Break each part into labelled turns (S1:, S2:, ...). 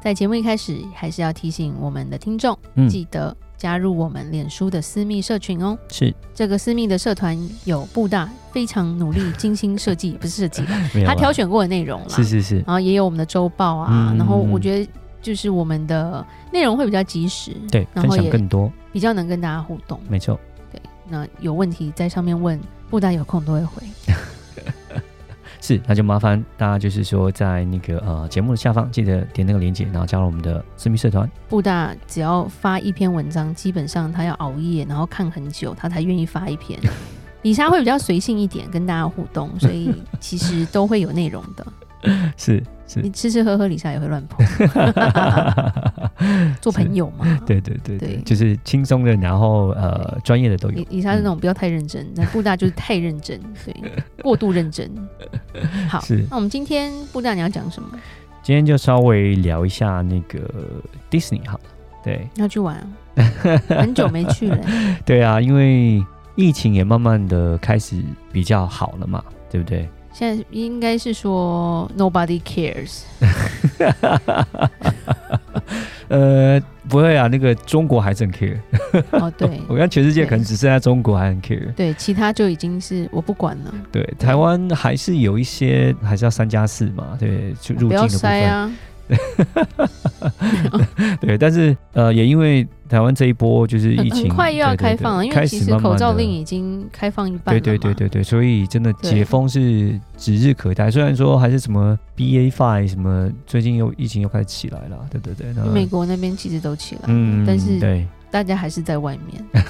S1: 在节目一开始，还是要提醒我们的听众，
S2: 嗯，
S1: 记得加入我们脸书的私密社群哦。
S2: 是
S1: 这个私密的社团有布大非常努力、精心 设计，不是设计啦，
S2: 没有
S1: 他
S2: 啦
S1: 挑选过的内容啦。
S2: 是是是，
S1: 然后也有我们的周报啊，
S2: 嗯
S1: 然后我觉得就是我们的内容会比较及时，
S2: 对，
S1: 然
S2: 分
S1: 后
S2: 享
S1: 也
S2: 更多，
S1: 比较能跟大家互动。
S2: 没错。
S1: 那有问题在上面问，布达有空都会回。
S2: 是，那就麻烦大家就是说，在那个呃节目的下方记得点那个链接，然后加入我们的私密社团。
S1: 布大只要发一篇文章，基本上他要熬夜，然后看很久，他才愿意发一 篇。李莎会比较随性一点，跟大家互动，所以其实都会有内容的。
S2: 是 是
S1: 你，吃吃喝喝，李莎也会乱 碰，做朋友嘛。
S2: 对对对对，
S1: 对
S2: 就是轻松的，然后呃专业的都有
S1: 李。李莎是那种不要太认真， 那布大就是太认真，对，过度认真。好，
S2: 是，
S1: 那我们今天布大你要讲什么？
S2: 今天就稍微聊一下那个 Disney 好了，对
S1: 要去玩、啊，很久没去了、
S2: 对啊，因为疫情也慢慢的开始比较好了嘛，对不对？
S1: 现在应该是说 nobody cares，
S2: 呃，不会啊，那个中国还是很 care，
S1: 哦，对，
S2: 我看全世界
S1: 对
S2: 可能只剩下中国还很 care，
S1: 对，其他就已经是我不管了，
S2: 对，台湾还是有一些还是要三加四嘛，对，就入
S1: 不
S2: 境
S1: 要
S2: 的部
S1: 塞
S2: 分，
S1: 啊，
S2: 对，但是呃，也因为台湾这一波就是
S1: 很
S2: 疫情
S1: 很快又要
S2: 对对
S1: 开
S2: 对
S1: 放了，因为
S2: 开
S1: 其
S2: 始
S1: 实
S2: 慢慢
S1: 口罩
S2: 地
S1: 令已经开放一半
S2: 对对
S1: 了，
S2: 对，对对，所以真的解
S1: 对
S2: 封是指日可待。虽然说还是什么 BA five 什么，最近又疫情又开始起来了，对对对。那
S1: 美国那边其实都起来，
S2: 呃嗯，
S1: 但是
S2: 对
S1: 大家还是在外 面对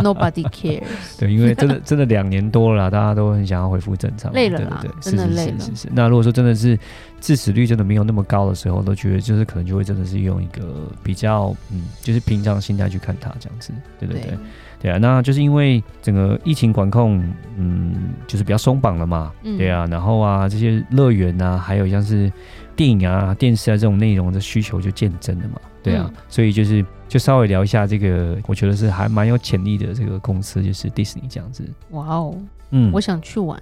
S1: ，nobody cares，
S2: 对，因 为真的真的两年多了啦，大家都很想要恢复正常，
S1: 累了
S2: 对
S1: 啦
S2: 对对，
S1: 真的
S2: 是
S1: 累
S2: 是
S1: 了
S2: 是是是。那如果说真的是致死率真的没有那么高的时候，都觉得就是可能就会真的是用一个比较嗯，就是平常心态去看它这样子，对对对。
S1: 对，
S2: 对啊，那就是因为整个疫情管控，嗯，就是比较松绑了嘛，
S1: 嗯
S2: 对啊，然后啊，这些乐园啊，还有像是电影啊、电视啊这种内容的需求就渐增了嘛，对啊，
S1: 嗯
S2: 所以就是就稍微聊一下这个，我觉得是还蛮有潜力的这个公司，就是 Disney 这样子，
S1: 哇哦，
S2: 嗯，
S1: 我想 去玩。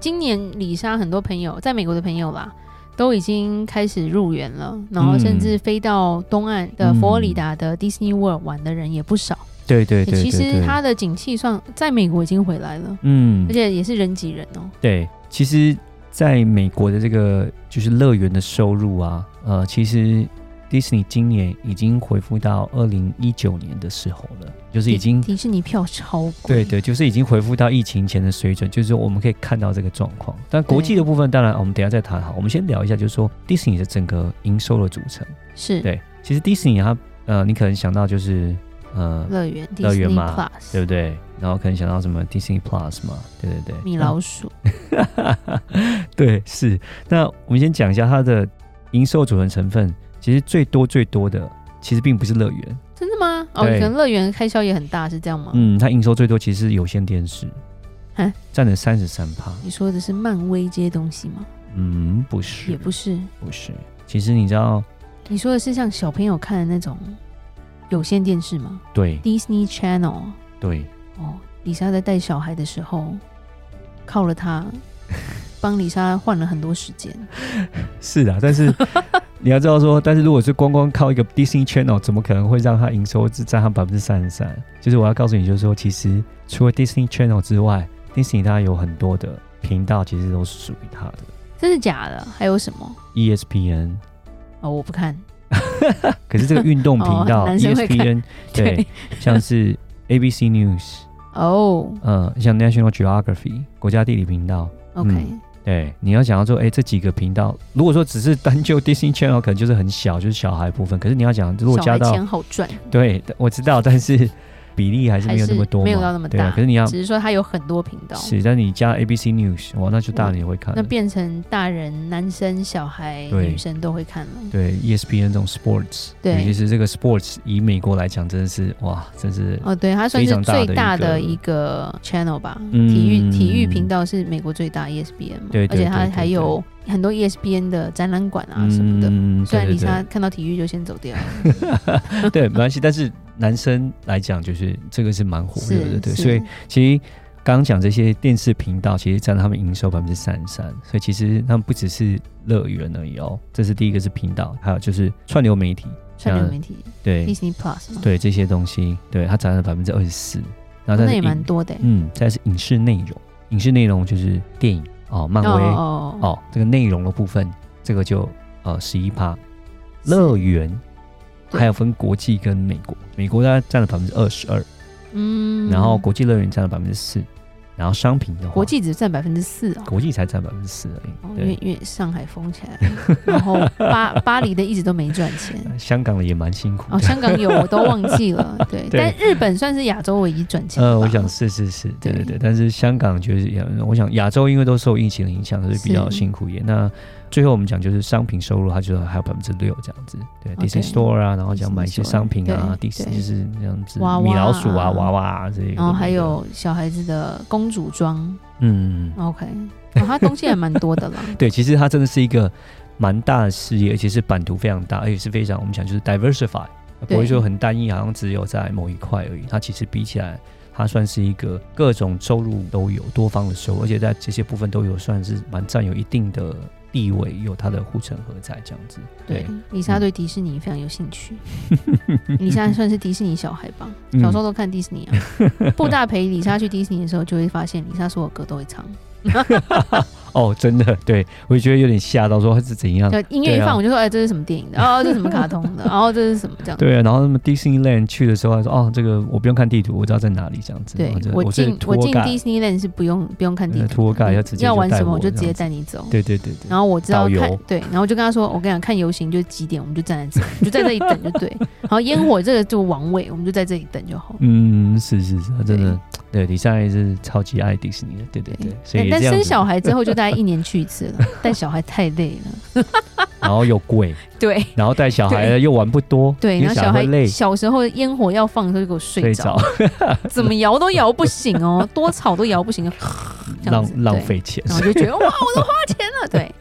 S1: 今年李莎很多朋友在美国的朋友啦，都已经开始入园了，然后
S2: 嗯
S1: 甚至飞到东岸的佛罗里达的 Disney World 玩的人也不少。
S2: 对对对对
S1: 其
S2: 对，
S1: 实它的景气算在美国已经回来了，
S2: 嗯
S1: 而，且也是人挤人哦。
S2: 对，其实在美国的这个就是乐园的收入啊，呃，其实 Disney 今年已经回复到二零一九年的时候了，就是已经
S1: 迪迪士尼票超
S2: 对
S1: 贵，
S2: 对，就是已经回复到疫情前的水准，就是说我们可以看到这个状况。但国际的部分，当然我们等一下再谈好，我们先聊一下，就是
S1: 嗯
S2: 说 Disney 的整个营收的组成。
S1: 是
S2: 对，其实 Disney 它呃，你可能想到就是呃，
S1: 乐园
S2: 乐园
S1: Disney
S2: 嘛
S1: Plus
S2: 对不对？然后可能想到什么 Disney Plus 嘛，对对对，
S1: 米
S2: 那
S1: 老鼠，
S2: 对，是。那我们先讲一下它的营收组成成分，其实最多最多的其实并不是乐园，
S1: 真的吗？哦，
S2: 对
S1: 可能乐园开销也很大，是这样吗？
S2: 嗯，它营收最多其实是有线电视
S1: 啊，
S2: 占了三十三趴。
S1: 你说的是漫威这些东西吗？
S2: 嗯，不
S1: 也
S2: 是，
S1: 不是，
S2: 不是。其实你知道，
S1: 你说的是像小朋友看的那种有线电视吗
S2: 对
S1: ？Disney Channel
S2: 对，
S1: 哦，李莎在带小孩的时候，靠了它，帮李莎换了很多时间。
S2: 是的。但 是你要知道说，但是如果是光光靠一个 Disney Channel，怎么可能会让它营收只占它百分之三十三？就是我要告诉你，就是说，其实除了 Disney Channel 之外，Disney 它有很多的频道，其实都是属于它的，E
S1: 真的假的？还有什么？
S2: ESPN。
S1: 哦，我不看。
S2: 可是这个运动频道、 E
S1: 哦男生会看
S2: ESPN 对，像是 ABC News，
S1: 哦
S2: 呃，像 National Geography 国家地理频道，
S1: ，OK，、
S2: 嗯对，你要想要说，哎、这几个频道，如果说只是单就 Disney Channel，可能就是很小，就是小孩部分。可是你要讲，如果
S1: 小
S2: 加
S1: 孩
S2: 到
S1: 钱好赚。
S2: 对，我知道，但是比例还是没有那么多嘛，
S1: 还是没有到那么大
S2: 对啊。可是你要
S1: 只是说它有很多频道，
S2: 是，但你加 ABC News，哇，那就大人也会看了
S1: 那。变成大人、男生、小孩、
S2: 对
S1: 女生都会看了。
S2: 对，E ESPN 这种 sports，
S1: 对
S2: 尤其是这个 sports，以美国来讲，真的是哇，真是
S1: 哦，对，它算
S2: 非
S1: 是
S2: 常大的
S1: 最
S2: 一个
S1: 大的一个 channel 吧。
S2: 嗯
S1: 体育体育频道是美国最大 E ESPN 嘛，
S2: 对对
S1: 而且它
S2: 对对
S1: 还有很多 E ESPN 的展览馆啊什么的。
S2: 嗯
S1: 虽然
S2: 对
S1: 李
S2: 对对
S1: 莎看到体育就先走 掉了，
S2: 对，没关系。但是男生来讲，就是这个是蛮火热的，
S1: 是
S2: 对。
S1: 是
S2: 所以其实刚刚讲这些电视频道，其实占他们营收百分之三十三，所以其实他们不只是乐园而已哦。这是第一个是频道，还有就是串流媒体，
S1: 串流
S2: 像
S1: 媒体
S2: 对
S1: Disney Plus 嘛，
S2: 对这些东西，对它占了百分之二十四。然后
S1: 哦
S2: 再
S1: 那
S2: 是
S1: 也
S2: 影
S1: 蛮多的欸。
S2: 嗯，再是影视内容，影视内容就是电影哦，漫威哦
S1: 哦哦，
S2: 这个内容的部分，这个就呃十一趴，乐园
S1: 对
S2: 还有分国际跟美国，美国大概占了百分之二十二，
S1: 嗯，
S2: 然后国际乐园占了百分之四，然后商品的话，
S1: 国际只占百分之四哦。
S2: 国际才占百分之四而
S1: 哦
S2: 已，
S1: 因为
S2: 对，
S1: 因为上海封起来了，然后巴巴黎的一直都没赚 钱，
S2: 香港的也蛮辛苦的，
S1: 哦，
S2: 呃
S1: 香港有我都忘记了，对，
S2: 对
S1: 但日本算是亚洲唯一赚钱的吧。
S2: 呃，我想是是是，对对
S1: 对
S2: 对，但是香港就是也，我想亚洲因为都受疫情的影响，所以比较
S1: 是
S2: 辛苦一点。那最后我们讲就是商品收入，它就还有百分之六这样子，对
S1: OK
S2: ，Disney Store 啊，然后讲
S1: Disney
S2: 买一些
S1: 哦 Store，
S2: 商品啊，
S1: 对
S2: 迪士
S1: 对
S2: 尼就是这样子，
S1: 娃娃
S2: 米老鼠
S1: 啊
S2: 啊、娃娃啊这些，
S1: 然后还，有小孩子的公主装
S2: 嗯，
S1: ，OK，哦，它东西还蛮 多的啦。
S2: 对，其实它真的是一个蛮大的事业，而且是版图非常大，而且是非常我们讲就是 diversify，不会说很单一，好像只有在某一块而已。它其实比起来，它算是一个各种收入都有多方的收入，而且在这些部分都有算是蛮占有一定的地位，有它的护城河在这样子。
S1: 对，李莎对迪士尼非常有兴 趣，李莎算是迪士尼小孩吧，
S2: 嗯
S1: 小时候都看迪士 尼啊。布大陪李莎去迪士尼的时候，就会发现李莎所有歌都会唱，
S2: 哦，真的，对我也觉得有点吓到，说它是怎样。
S1: 就音乐一
S2: 对啊
S1: 放我就说，哎，这是什么电影的？哦，这是什么卡通的？哦，这是什么这样？
S2: 对啊，然后那么 Disneyland 去的时候，他说：“哦，这个我不用看地图，我知道在哪里。”这样子，
S1: 对
S2: 然后这，
S1: 我
S2: 我是
S1: 进
S2: 托
S1: 我进
S2: 盖
S1: Disneyland 是不用不用看地
S2: 呃
S1: 图的，
S2: tour guide，
S1: 你
S2: 要直接
S1: 要
S2: 就
S1: 玩
S2: 带
S1: 什么
S2: 我这
S1: 就直接
S2: 样子
S1: 带你走。
S2: 对对对对，
S1: 然后我知道
S2: 导游
S1: 看对，然后我就跟他说，我跟你讲，看游行就是几点，我们就站在这里，你就在这里等就 对。然后烟火这个就王位，我们就在这里等就好。
S2: 嗯，是是是，他真的，对，李善也是超级爱迪士尼的，对对对，所以
S1: 但但
S2: 这样
S1: 生
S2: 子，
S1: 小孩之后就大概一年去一次 了，带小孩太累了。
S2: 然后又 贵，
S1: 对
S2: 然后带小孩又玩不多，
S1: 对，
S2: 因
S1: 然
S2: 为
S1: 后
S2: 小
S1: 小
S2: 孩
S1: 孩
S2: 会累
S1: 小时候烟火要放的时候就给我睡
S2: 睡
S1: 着
S2: 着，，
S1: 怎么摇都摇不醒哦，多吵都摇不 醒，这样子
S2: 浪浪
S1: 对
S2: 费钱，
S1: 然后就觉得哇，我都花钱了，对。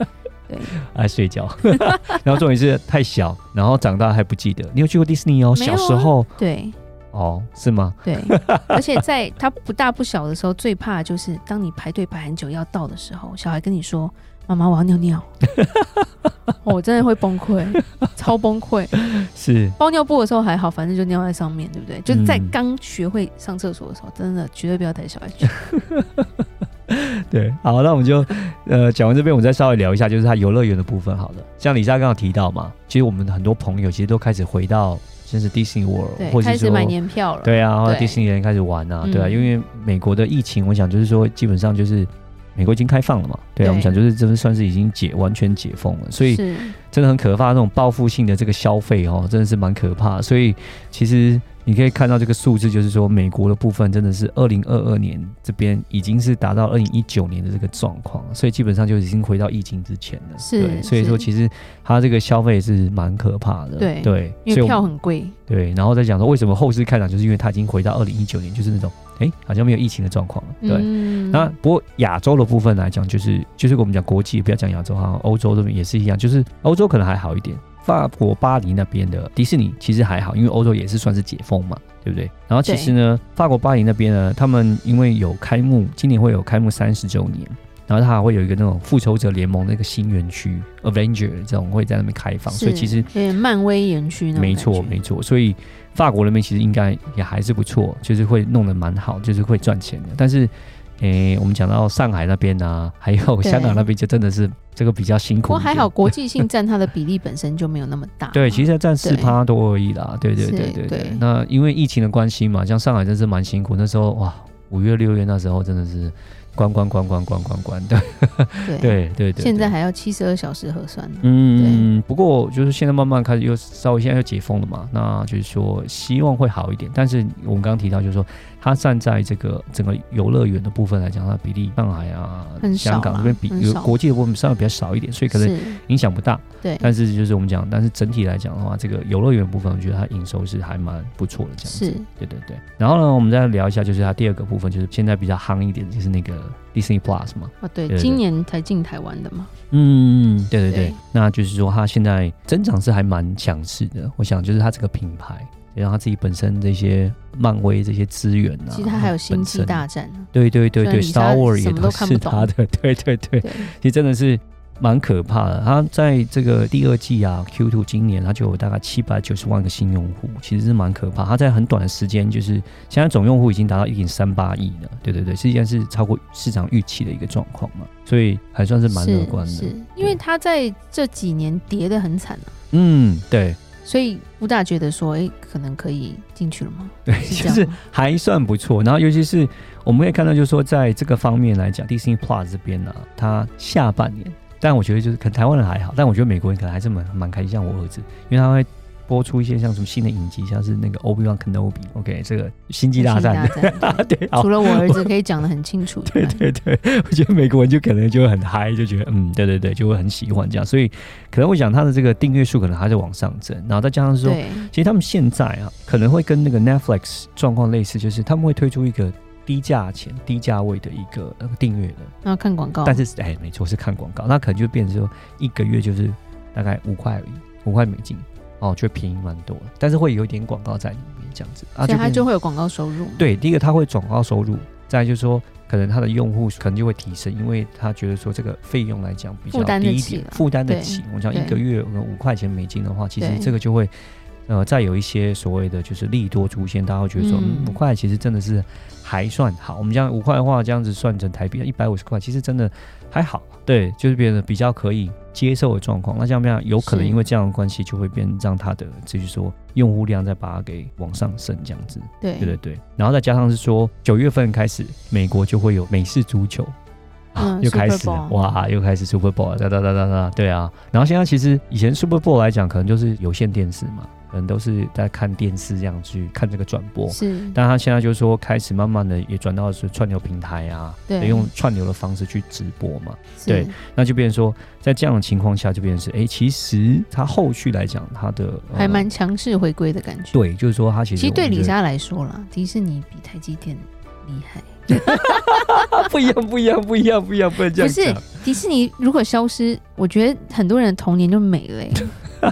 S2: 爱睡觉。 然后重点是太小，然后长大还不记得。你有去过迪士尼哦？
S1: 没有
S2: 小
S1: 啊
S2: 时候
S1: 对
S2: 哦，是吗？
S1: 对，而且在他不大不小的时候，最怕就是当你排队排很久要到的时候，小孩跟你说：“妈妈，我要尿尿。” 哦我真的会崩溃，超崩溃。
S2: 是，
S1: 包尿布的时候还好，反正就尿在上面，对不对？就是在
S2: 嗯
S1: 刚学会上厕所的时候，真的绝对不要带小孩去。
S2: 对。好，那我们就呃讲完这边，我们再稍微聊一下，就是它游乐园的部分好了。像李莎刚刚有提到嘛，其实我们的很多朋友其实都开始回到，甚至迪士尼 World，
S1: 对
S2: 或，者
S1: 开
S2: 是
S1: 始
S2: 说
S1: 买年票了。
S2: 对啊，或者
S1: 对
S2: 迪士尼人开始玩啊，
S1: 嗯
S2: 对啊，因为美国的疫情，我想就是说，基本上就是美国已经开放了嘛，对啊，
S1: 对
S2: 我们想就是这算是已经解完全解封了，所以
S1: 是
S2: 真的很可怕，那种报复性的这个消费哦，真的是蛮可怕的。所以其实你可以看到这个数字，就是说美国的部分真的是二零二二年这边已经是达到二零一九年的这个状况，所以基本上就已经回到疫情之前了。
S1: 是
S2: 对，所以
S1: 是
S2: 说其实它这个消费是蛮可怕的。
S1: 对
S2: 对，
S1: 因
S2: 所以我们
S1: 为票很贵，
S2: 对，然后再讲说为什么后市看涨，就是因为它已经回到二零一九年，就是那种哎好像没有疫情的状况了。对，
S1: 嗯
S2: 那不过亚洲的部分来讲，就是就是我们讲国际，不要讲亚洲哈，好像欧洲这边也是一样，就是欧洲可能还好一点。法国巴黎那边的迪士尼其实还好，因为欧洲也是算是解封嘛，对不对？然后其实呢，法国巴黎那边呢，他们因为有开幕，今年会有开幕三十周年，然后它还会有一个那种复仇者联盟那个新园区 Avenger 这种会在那边开放，所以
S1: 是
S2: 其实
S1: 有点漫威园区呢，
S2: 没错， 没错。所以法国那边其实应该也还是不错，就是会弄得蛮好，就是会赚钱的。但是，诶、我们讲到上海那边啊， 还有
S1: 对
S2: 香港那边，就真的是这个比较辛
S1: 不
S2: 苦。
S1: 过还好，，国际性占它的比例本身就没有那么大。
S2: 对，其实才占四
S1: 对
S2: 趴多而已啦。对对
S1: 是
S2: 对对对
S1: 对
S2: 那因为疫情的关系嘛，像上海真是蛮辛苦。那时候哇，五月六月那时候真的是关关关关关关关的，
S1: 对
S2: 对对对。
S1: 现在
S2: 对
S1: 还要七十二小时核酸呢。
S2: 嗯，不过就是现在慢慢开始又稍微现在又解封了嘛，那就是说希望会好一点。但是我们刚刚提到，就是说它站在这个整个游乐园的部分来讲，它比例上海啊
S1: 很、少
S2: 香港
S1: 啦
S2: 这边比
S1: 很
S2: 有
S1: 少
S2: 国际的部分稍微比较少一点，所以可能
S1: 是，
S2: 影响不大。
S1: 对，
S2: 但是就是我们讲，但是整体来讲的话，这个游乐园部分，我觉得它营收是还蛮不错的，这样子。
S1: 是
S2: 对对对。然后呢，我们再聊一下，就是它第二个部分，就是现在比较夯一点，就是那个 Disney Plus 嘛。
S1: 哦，对，
S2: 对对
S1: 今年才进台湾的嘛。
S2: 嗯，对对对。
S1: 对
S2: 那就是说，它现在增长是还蛮强势的。我想，就是它这个品牌，然后它自己本身这些漫威这些资源啊，
S1: 其实它还有
S2: 本
S1: 星际
S2: 身
S1: 大战呢，
S2: 对对对
S1: 虽然
S2: 对
S1: 你是他
S2: ，Star Wars 也
S1: 什么都看不
S2: 是他的， 对对对，
S1: 对
S2: 其实真的是蛮可怕的。他在这个第二季啊，Q two 今年它就有大概七百九十万个新用户，其实是蛮可怕。它在很短的时间，就是现在总用户已经达到一点三八亿了，对对对，实际上是超过市场预期的一个状况嘛，所以还算是蛮乐观的
S1: 是，。因为它在这几年跌得很惨啊，
S2: 嗯，对
S1: 所以吴大觉得说，哎，可能可以进去了 吗？
S2: 对，
S1: 是
S2: 就
S1: 这
S2: 是
S1: 样吗？
S2: 还算不错。然后尤其是我们可以看到，就是说在这个方面来讲，Disney Plus 这边呢、它下半年，但我觉得就是可能台湾人还好，但我觉得美国人可能还是蛮蛮开心，像我儿子，因为他会。播出一些像什么新的影集，像是那个 Obi Wan Kenobi，OK，、这个星际大战，
S1: 星际大战
S2: 对，好
S1: 除，了我儿子可以讲得很清楚以
S2: 对
S1: 外，
S2: 对对，我觉得美国人就可能就会很嗨，就觉得嗯，对对对，就会很喜欢这样，所以可能我想他的这个订阅数可能还在往上增，然后再加上说，
S1: 对
S2: 其实他们现在啊，可能会跟那个 Netflix 状况类似，就是他们会推出一个低价钱、低价位的一个呃订阅的，
S1: 然后看广告，
S2: 但是哎，没错是看广告，那可能就变成说一个月就是大概五块而已，五块美金哦，就便宜蛮多的，但是会有一点广告在里面这样子啊，
S1: 所以它
S2: 变
S1: 就会有广告收入嘛。
S2: 对，第一个它会转化收入，再来就是说可能它的用户可能就会提升，因为他觉得说这个费用来讲比较
S1: 负担得
S2: 低一
S1: 起
S2: 点
S1: 了，
S2: 负担得
S1: 对
S2: 起。我讲一
S1: 对
S2: 个月五块钱美金的话，其实
S1: 对
S2: 这个就会。呃，再有一些所谓的就是利多出现，大家会觉得说，嗯
S1: 嗯
S2: 五块其实真的是还算好。我们这样五块的话，这样子算成台币一百五十块，其实真的还好。对，就是变得比较可以接受的状况。那像不像有可能
S1: 是
S2: 因为这样的关系，就会变让它的就是说用户量再把它给往上升这样子。
S1: 对
S2: 对对对，然后再加上是说九月份开始，美国就会有美式足球。啊
S1: 嗯，
S2: 又开始
S1: Super
S2: 了
S1: Bowl
S2: 哇，又开始 Super Bowl 了，哒哒哒哒哒，对啊。然后现在其实以前 Super Bowl 来讲，可能就是有线电视嘛，可能都是在看电视这样去看这个转播。
S1: 是，
S2: 但他现在就是说开始慢慢的也转到是串流平台啊，
S1: 对
S2: 用串流的方式去直播嘛。
S1: 是
S2: 对那就变成说，在这样的情况下，就变成是，哎、其实他后续来讲，他的、呃
S1: 还蛮强势回归的感觉。
S2: 对，就是说他其实
S1: 其实对
S2: 我觉
S1: 李
S2: 得
S1: 莎来说啦，迪士尼比台积电厉害。
S2: 不一样，不一样，不一样，不一样，不能这
S1: 不
S2: 样
S1: 是
S2: 讲。
S1: 迪士尼如果消失，我觉得很多人的童年就没了、欸。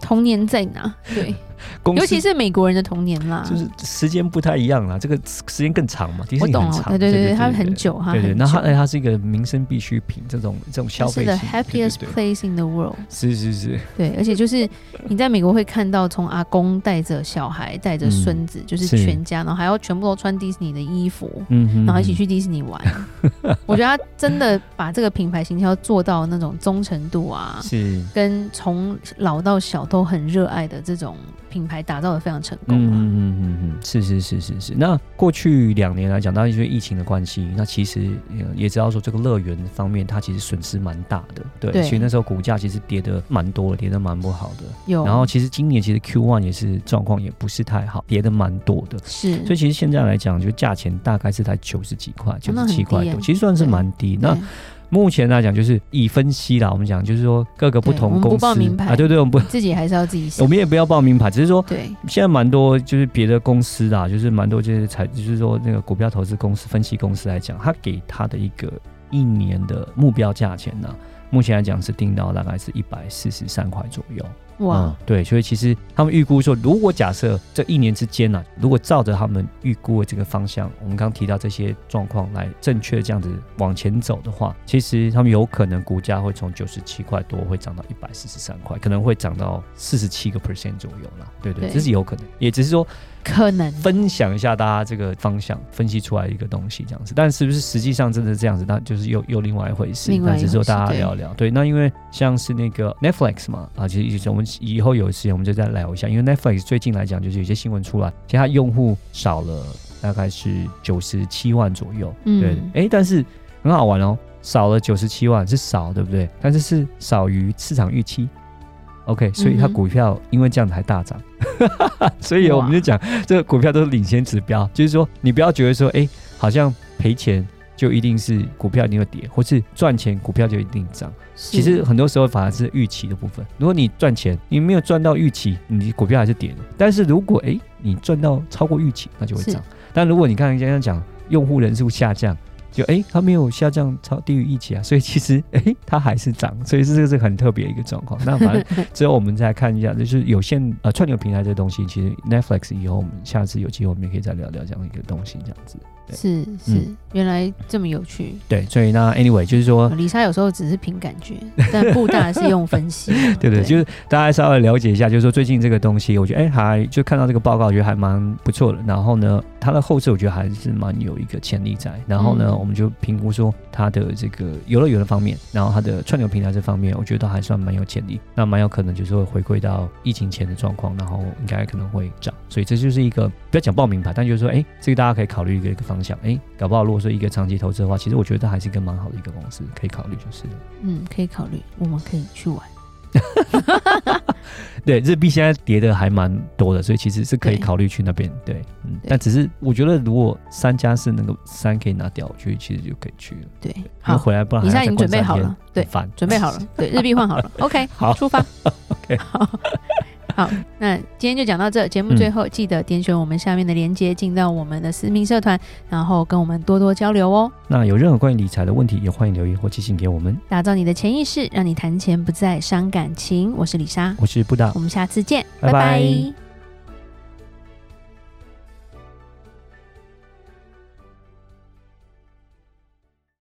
S1: 童年在哪？对，
S2: 公司
S1: 尤其是美国人的童年啦。
S2: 就是时间不太一样啦，这个时间更长嘛，迪士
S1: 我
S2: 尼
S1: 懂
S2: 很
S1: 了，
S2: 长，
S1: 对
S2: 对
S1: 对，它很。久，它
S2: 对对，
S1: 很
S2: 那
S1: 久。
S2: 它哎，它是一个民生必需品，这种这种消
S1: 它
S2: 费
S1: 是 the
S2: 型对
S1: happiest
S2: 对对
S1: place in the world。
S2: 是是是，
S1: 对，而且就是你在美国会看到，从阿公带着小孩，带着孙子，就是
S2: 嗯是
S1: 全家，然后还要全部都穿迪士尼的衣服，
S2: 嗯哼，
S1: 然后一起去迪士尼玩。 我觉得他真的把这个品牌行销做到那种忠诚度啊，
S2: 是，
S1: 跟从老到小都很热爱的这种品牌打造的非常成
S2: 嗯
S1: 功、啊。
S2: 嗯嗯嗯嗯，是是是是是。那过去两年来讲，当然因为疫情的关系，那其实呃也知道说这个乐园方面它其实损失蛮大的，对，
S1: 对
S2: 所以那时候股价其实跌的蛮多的，跌的蛮不好的。
S1: 有，
S2: 然后其实今年其实 Q one 也是状况也不是太好，跌的蛮多的。
S1: 是，
S2: 所以其实现在来讲，就价钱大概是在九十几块、九
S1: 哦那
S2: 十
S1: 很低
S2: 七
S1: 耶
S2: 块多，其实算是蛮低。
S1: 对
S2: 那目前来讲，就是以分析啦，我们讲就是说各个不
S1: 对
S2: 同
S1: 我们不
S2: 公司
S1: 报名牌
S2: 啊，对对，我们 不，
S1: 自己还是要自己想
S2: 我。们也不要报名牌，只是说
S1: 对，
S2: 现在蛮多就是别的公司啦，就是蛮多就是财，就是说那个股票投资公司、分析公司来讲，它给它的一个一年的目标价钱呢、目前来讲是定到大概是一百四十三块左右。
S1: 哇
S2: 嗯，，对，所以其实他们预估说，如果假设这一年之间呢、如果照着他们预估的这个方向，我们刚刚提到这些状况来正确这样子往前走的话，其实他们有可能股价会从九十七块多会涨到一百四十三块，可能会涨到四十七个 percent 左右啦。对对，
S1: 对
S2: 这是有可能，也只是说
S1: 可能
S2: 分享一下大家这个方向，分析出来一个东西这样子。但是不是实际上真的这样子，那就是又又另外一回事。
S1: 另外
S2: 那
S1: 一回
S2: 只
S1: 事
S2: 是说大家聊聊。对，那因为像是那个 Netflix 嘛，啊，其实我们以后有时间我们就再聊一下，因为 Netflix 最近来讲就是有些新闻出来，其实它用户少了大概是九十七万左右。
S1: 嗯
S2: 对，哎、但是很好玩哦，少了九十七万是少，对不对？但是是少于市场预期。OK，所以它
S1: 嗯哼
S2: 股票因为这样子还大涨， 所以我们
S1: 哇
S2: 就讲这个股票都是领先指标，就是说你不要觉得说，哎、好像赔钱就一定是股票一定会跌，或是赚钱股票就一定涨。其实很多时候反而是预期的部分。如果你赚钱，你没有赚到预期，你股票还是跌的。但是如果诶你赚到超过预期，那就会
S1: 是
S2: 涨。但如果你看人家讲用户人数下降，就诶它没有下降超低于预期啊，所以其实诶它还是涨。所以这个是很特别一个状况。那反正之后我们再看一下，就是有线呃串流平台这东西，其实 Netflix 以后我们下次有机会我们也可以再聊聊这样一个东西，这样子。
S1: 是是、
S2: 嗯
S1: 原来这么有趣。
S2: 对，所以那 anyway 就是说。
S1: 李莎有时候只是凭感觉，但布大是用分析嘛。
S2: 对对，就是大家稍微了解一下，就是说最近这个东西，我觉得哎还就看到这个报告，我觉得还蛮不错的。然后呢，它的后市我觉得还是蛮有一个潜力在。然后呢，
S1: 嗯
S2: 我们就评估说它的这个游乐园的方面，然后它的串流平台这方面，我觉得都还算蛮有潜力。那蛮有可能就是会回归到疫情前的状况，然后应该可能会涨。所以这就是一个不要讲报名牌，但就是说哎，这个大家可以考虑一个一个方向。哎，搞不好如果说一个长期投资的话，其实我觉得还是一个蛮好的一个公司可以考虑，就是了。
S1: 嗯，可以考虑，我们可以去玩。
S2: 对，日币现在跌的还蛮多的，所以其实是可以
S1: 对
S2: 考虑去那边。对，嗯，
S1: 对
S2: 但只是我觉得如果三加四那个三可以拿掉，我觉得其实就可以去了。
S1: 对，
S2: 因为
S1: 好，
S2: 回来不然
S1: 李
S2: 还要
S1: 莎已
S2: 再
S1: 经
S2: 关
S1: 准备
S2: 三
S1: 好
S2: 天
S1: 了，对，
S2: 烦，
S1: 准备好了，对，日币换好了，OK，
S2: 好
S1: 出发
S2: OK
S1: 好。好，那今天就讲到这。节目最后记得点选我们下面的链接，进到我们的私密社团，然后跟我们多多交流哦，
S2: 那有任何关于理财的问题，也欢迎留言或寄信给我们。
S1: 打造你的潜意识，让你谈钱不再伤感情。我是李莎，
S2: 我是布达
S1: 我，们下次见，
S2: 拜拜
S1: 拜